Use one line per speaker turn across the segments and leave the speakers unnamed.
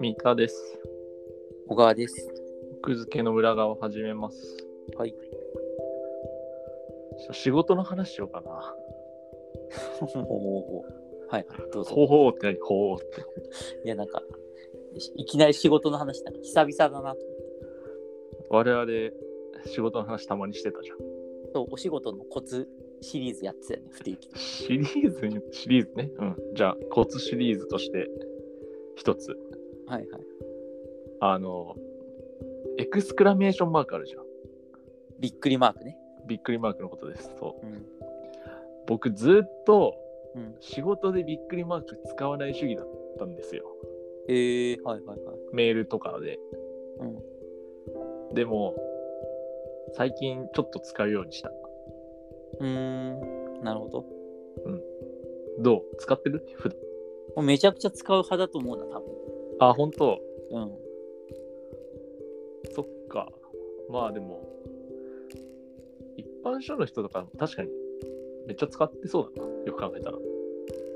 三田です。
小川です。
奥付けの裏側を始めます。
はい。
ちょっと仕事の話しようかな。
おおはい、どうぞ。
ほうほうって何ほうって。
いや、なんか、いいきなり仕事の話だ。久々だなと。
我々、仕事の話たまにしてたじゃん。
そう、お仕事のコツシリーズやってたよね、不定期で。
シリーズに、シリーズね。うん。じゃあ、コツシリーズとして、一つ。
はいはい。
あの、エクスクラメーションマークあるじゃん。
びっくりマークね。
びっくりマークのことです。そう。
うん。
僕、ずっと
うん、
仕事でびっくりマーク使わない主義だったんですよ。
えー、はいはいはい。
メールとかで。
うん。
でも、最近ちょっと使うようにした。
うーん、なるほど。も
どう使ってる普段。
うめちゃくちゃ使う派だと思うな、多
あ、本当
分。うん。
そっか。まあでも、一般書の人とか確かにめっちゃ使ってそうだな。よく考えたら。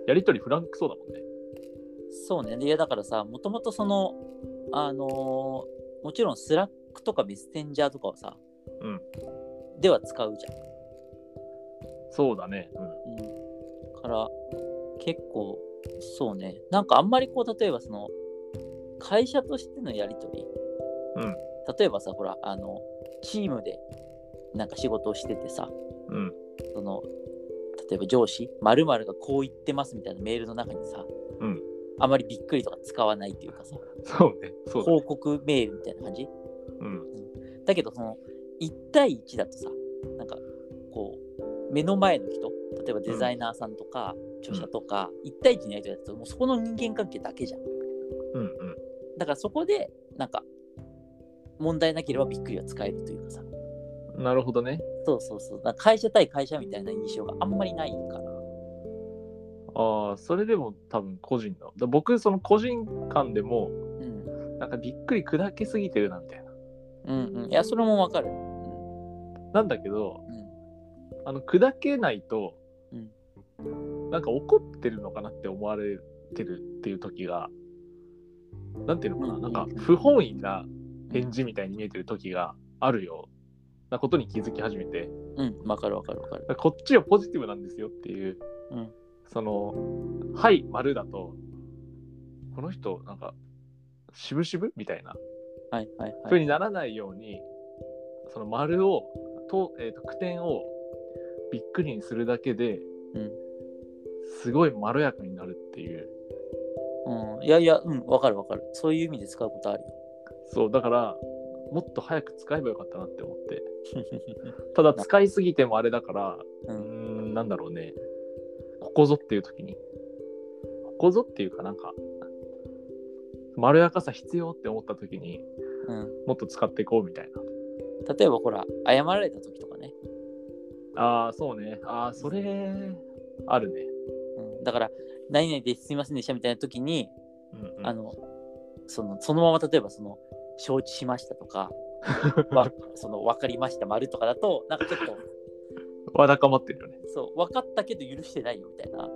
やりとりフランクそうだもんね。
そうね。で、いやだからさ、もともとその、あのーもちろんスラックとかメッセンジャーとかはさ、
うん。
では使うじゃん。
そうだね。うん。
うん、だから結構そうねなんかあんまりこう例えばその会社としてのやり取り、
うん
例えばさほらあのチームでなんか仕事をしててさ
うん。
その例えば上司〇〇がこう言ってますみたいなメールの中にさ、
うん
あまりびっくりとか使わないっていうかさ
そうね。そうだね。
報告メールみたいな感じ
うん。
だけどその1対1だとさなんかこう目の前の人例えばデザイナーさんとか著者とか、1対1にやりとりだともうそこの人間関係だけじゃん
うんうん。
だからそこでなんか問題なければびっくりは使えるというかさ
なるほどね。
そうそうそうだから会社対会社みたいな印象があんまりないから
ああ、それでも多分個人の。だ僕、その個人間でも、
うん、
なんかびっくり砕けすぎてるなみたいな。
うんうんいやそれもわかる
なんだけど、
うん
あの砕けないと、
うん
なんか怒ってるのかなって思われてるっていう時がなんていうのかな、
うん
なんか不本意な返事みたいに見えてる時があるようなことに気づき始めて
うんわかるわかるわかる
こっちはポジティブなんですよっていう、
うん
その「はい丸だとこの人なんか渋々みたいな
はいはいは
風
い
にならないように、その丸をと、えー、と句点をびっくりにするだけで、
うん
すごいまろやかになるっていう
うん、いやいやうんわかるわかるそういう意味で使うことあるよ
そうだからもっと早く使えばよかったなって思 ってただ使いすぎてもあれだから
う
うー
ん
んなんだろうねここぞっていう時にここぞっていうかなんかまろやかさ必要って思った時に
うん
もっと使っていこうみたいな
例えばほら謝られた時とかね、
ああそうねああそれあるね
うん、だから「何々ですみませんでした」みたいな時に、
うんうん
あのそのそのまま例えばその「承知しました」とか「わその分かりました」「丸とかだとなんかちょっと
わだかまってるよね。
そう分かったけど許してないよみたいな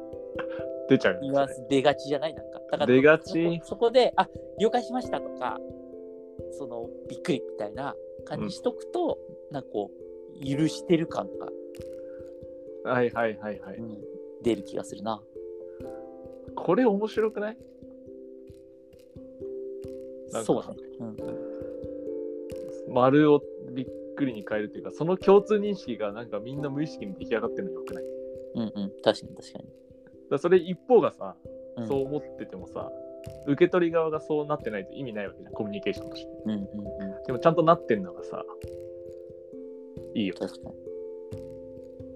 出ちゃうよ
ニ
ね
ュアンス出がちじゃないなんかだから
出がち
そこそこで「あ了解しました」とかそのびっくりみたいな感じしとくと、なんかこう許してる感が、。
はいはいはいはいう
ん、出る気がするな。
これ面白くないなんか
そうね。うん
丸をびっくりに変えるというか、その共通認識がなんかみんな無意識に出来上がってるのよくないだか
うんうん、確かに確かに。
らそれ一方がさ、
うん
そう思っててもさ、受け取り側がそうなってないと意味ないわけじゃん、コミュニケーションとして。
うんうんうん、
でもちゃんとなってんのがさ、いいよ。
確か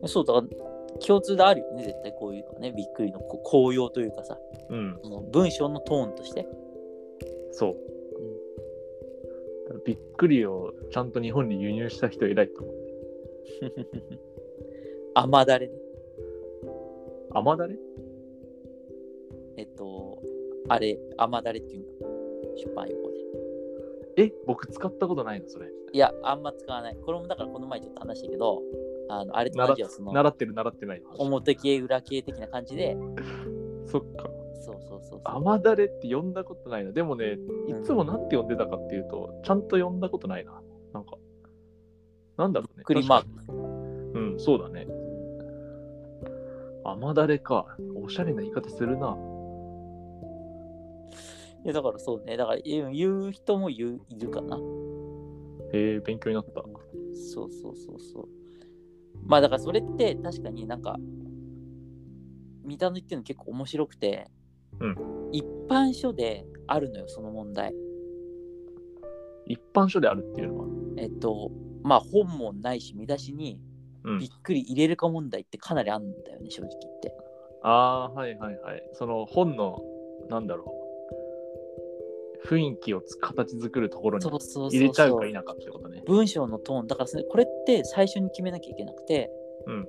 に。そう、だから共通であるよね、絶対こういうのはね、びっくりのこう紅葉というかさ、
うん、
その文章のトーンとして。
そう。だからびっくりをちゃんと日本に輸入した人偉いと思う。
甘だれね。
甘だれ
えっと、あれ、甘だれっていうの。出版用語で。
え、僕使ったことないの、それ。
いや、あんま使わない。これもだからこの前ちょっと話したけど、あのあれと同じよ、その
習ってる習ってないの話
表系、裏系的な感じで、
そっか
そうそうそうそう。
甘だれって呼んだことないなでもねいつもなんて呼んでたかっていうと、ちゃんと呼んだことないななんかなんだろうね
クリマー
確かにうんそうだね甘だれかおしゃれな言い方するない
やだからそうね、だから言う言う人も言ういるかな。
えー、勉強になった
そうそうそうそう。まあだからそれって確かになんか、三田の言ってるの結構面白くて、
うん
一般書であるのよ、その問題。
一般書であるっていうのは
えっと、まあ本もないし、見出しに
うん
びっくり入れるか問題ってかなりあるんだよね、正直言って。
ああーはいはいはいその本のなんだろう雰囲気をつ形作るところに
そうそうそうそう
入れちゃうか否かってことね
文章のトーン、だからそれこれって最初に決めなきゃいけなくて、
うん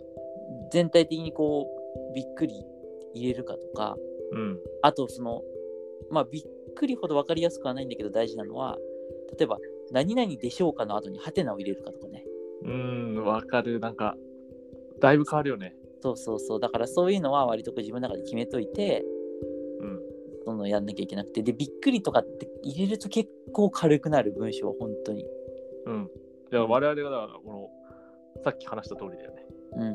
全体的にこう、びっくり入れるかとか、
うん
あとその、まあ、びっくりほど分かりやすくはないんだけど大事なのは、例えば、何々でしょうかの後にハテナを入れるかとかね。
うーん、わかる。なんか、だいぶ変わるよね。
そうそうそう。だからそういうのは割とこう自分の中で決めといて、
うん。
どんどんやんなきゃいけなくて。で、びっくりとかって入れると結構軽くなる文章、本当に。
うん。じゃあ、我々が、だから、この、さっき話した通りだよね。
うん。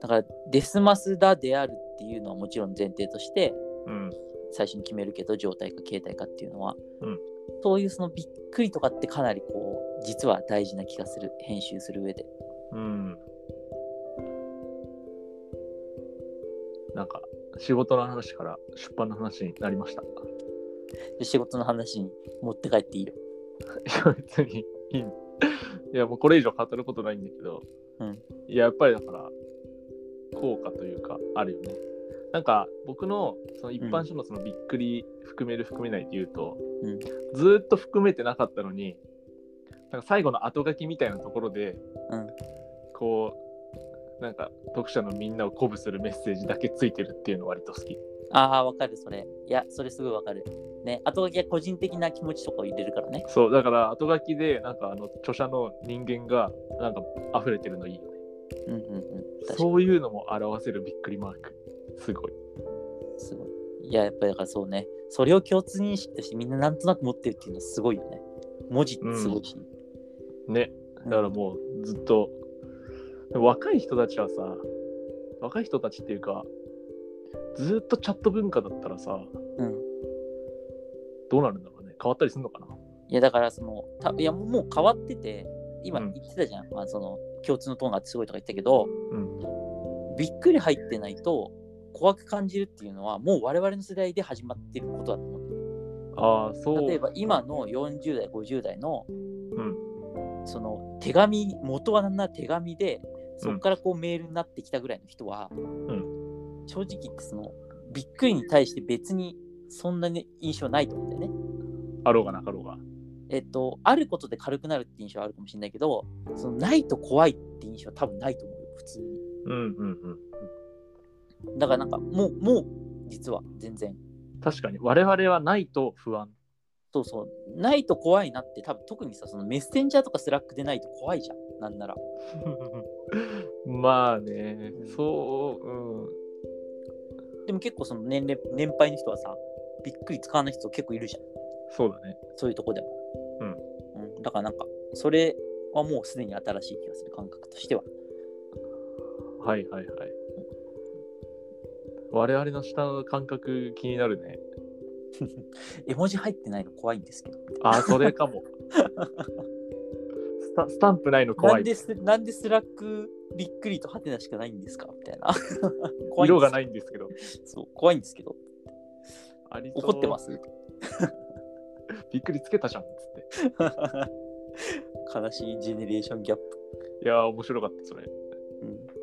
だから、デスマスだであるっていうのはもちろん前提として、
うん。
最初に決めるけど、状態か形態かっていうのは。
うん
そういうそのびっくりとかってかなりこう、実は大事な気がする。編集する上で。
うん。なんか、仕事の話から出版の話になりました。い
で仕事の話に持って帰っていいよ。
や、別にいい。いや、もうこれ以上語ることないんだけど、
うん。
いや、やっぱりだから、効果というか、あるよね。なんか、僕の、その一般書のそのびっくり含める含めないで言うと、
うん、
ずーっと含めてなかったのになんか最後の後書きみたいなところで、
うん
こうなんか読者のみんなを鼓舞するメッセージだけついてるっていうの割と好き
ああ、わかる、それ。いや、それすごいわかる。ね、後書きは個人的な気持ちとかを入れるからね。
そうだから後書きでなんかあの著者の人間がなんか溢れてるのいいよね
うんうんうん。確かに
そういうのも表せるびっくりマークすごい
すごい。いや、やっぱりだからそうね。それを共通認識としてみんななんとなく持ってるっていうのはすごいよね。文字ってすごいし。
ねだからもうずっとでも若い人たちはさ若い人たちっていうかずーっとチャット文化だったらさ
うん。
どうなるんだろうね変わったりするのかない
や、だからその、たいやもうもう変わってて、今
う
言
ん
ってたじゃん。まあ、その、共通のトーンがあってすごいとか言ったけど、
うん
びっくり入ってないと怖く感じるっていうのは、もう我々の世代で始まってることだと思う。
ああ、そう。
例えば今の40代50代の、
ん
その手紙元はなんなら手紙でそこからこうメールになってきたぐらいの人は、正直そのびっくりに対して別にそんなに印象ないと思うんだよね。
あろうがなかろうが。
えっと、あることで軽くなるって印象はあるかもしれないけどそのないと怖いって印象は多分ないと思うよ普通に。
うんうんうん。
だからなんかもうもう実は全然
確かに、我々はないと不安。
そうそうないと怖いなって多分特にさそのメッセンジャーとかスラックでないと怖いじゃんなんなら。
まあね、そう、うん。
でも結構その年齢年配の人はさびっくり使わない人結構いるじゃん
そうだね。
そういうとこでも、
うん
うんだからなんかそれはもうすでに新しい気がする感覚としては
はいはいはい。我々の下の感覚気になるね。
絵文字入ってないの怖いんですけど
ああ、それかも。スタスタンプないの怖
なん
い。
ですなんでスラックびっくりとハテナしかないんですかみたい な怖いんです
色がないんですけど。
そう怖いんですけど
ありそう
怒ってま。す
びっくりつけたじゃんっつって。
悲しいジェネレーションギャップ、
いやー、面白かった、それ。
うん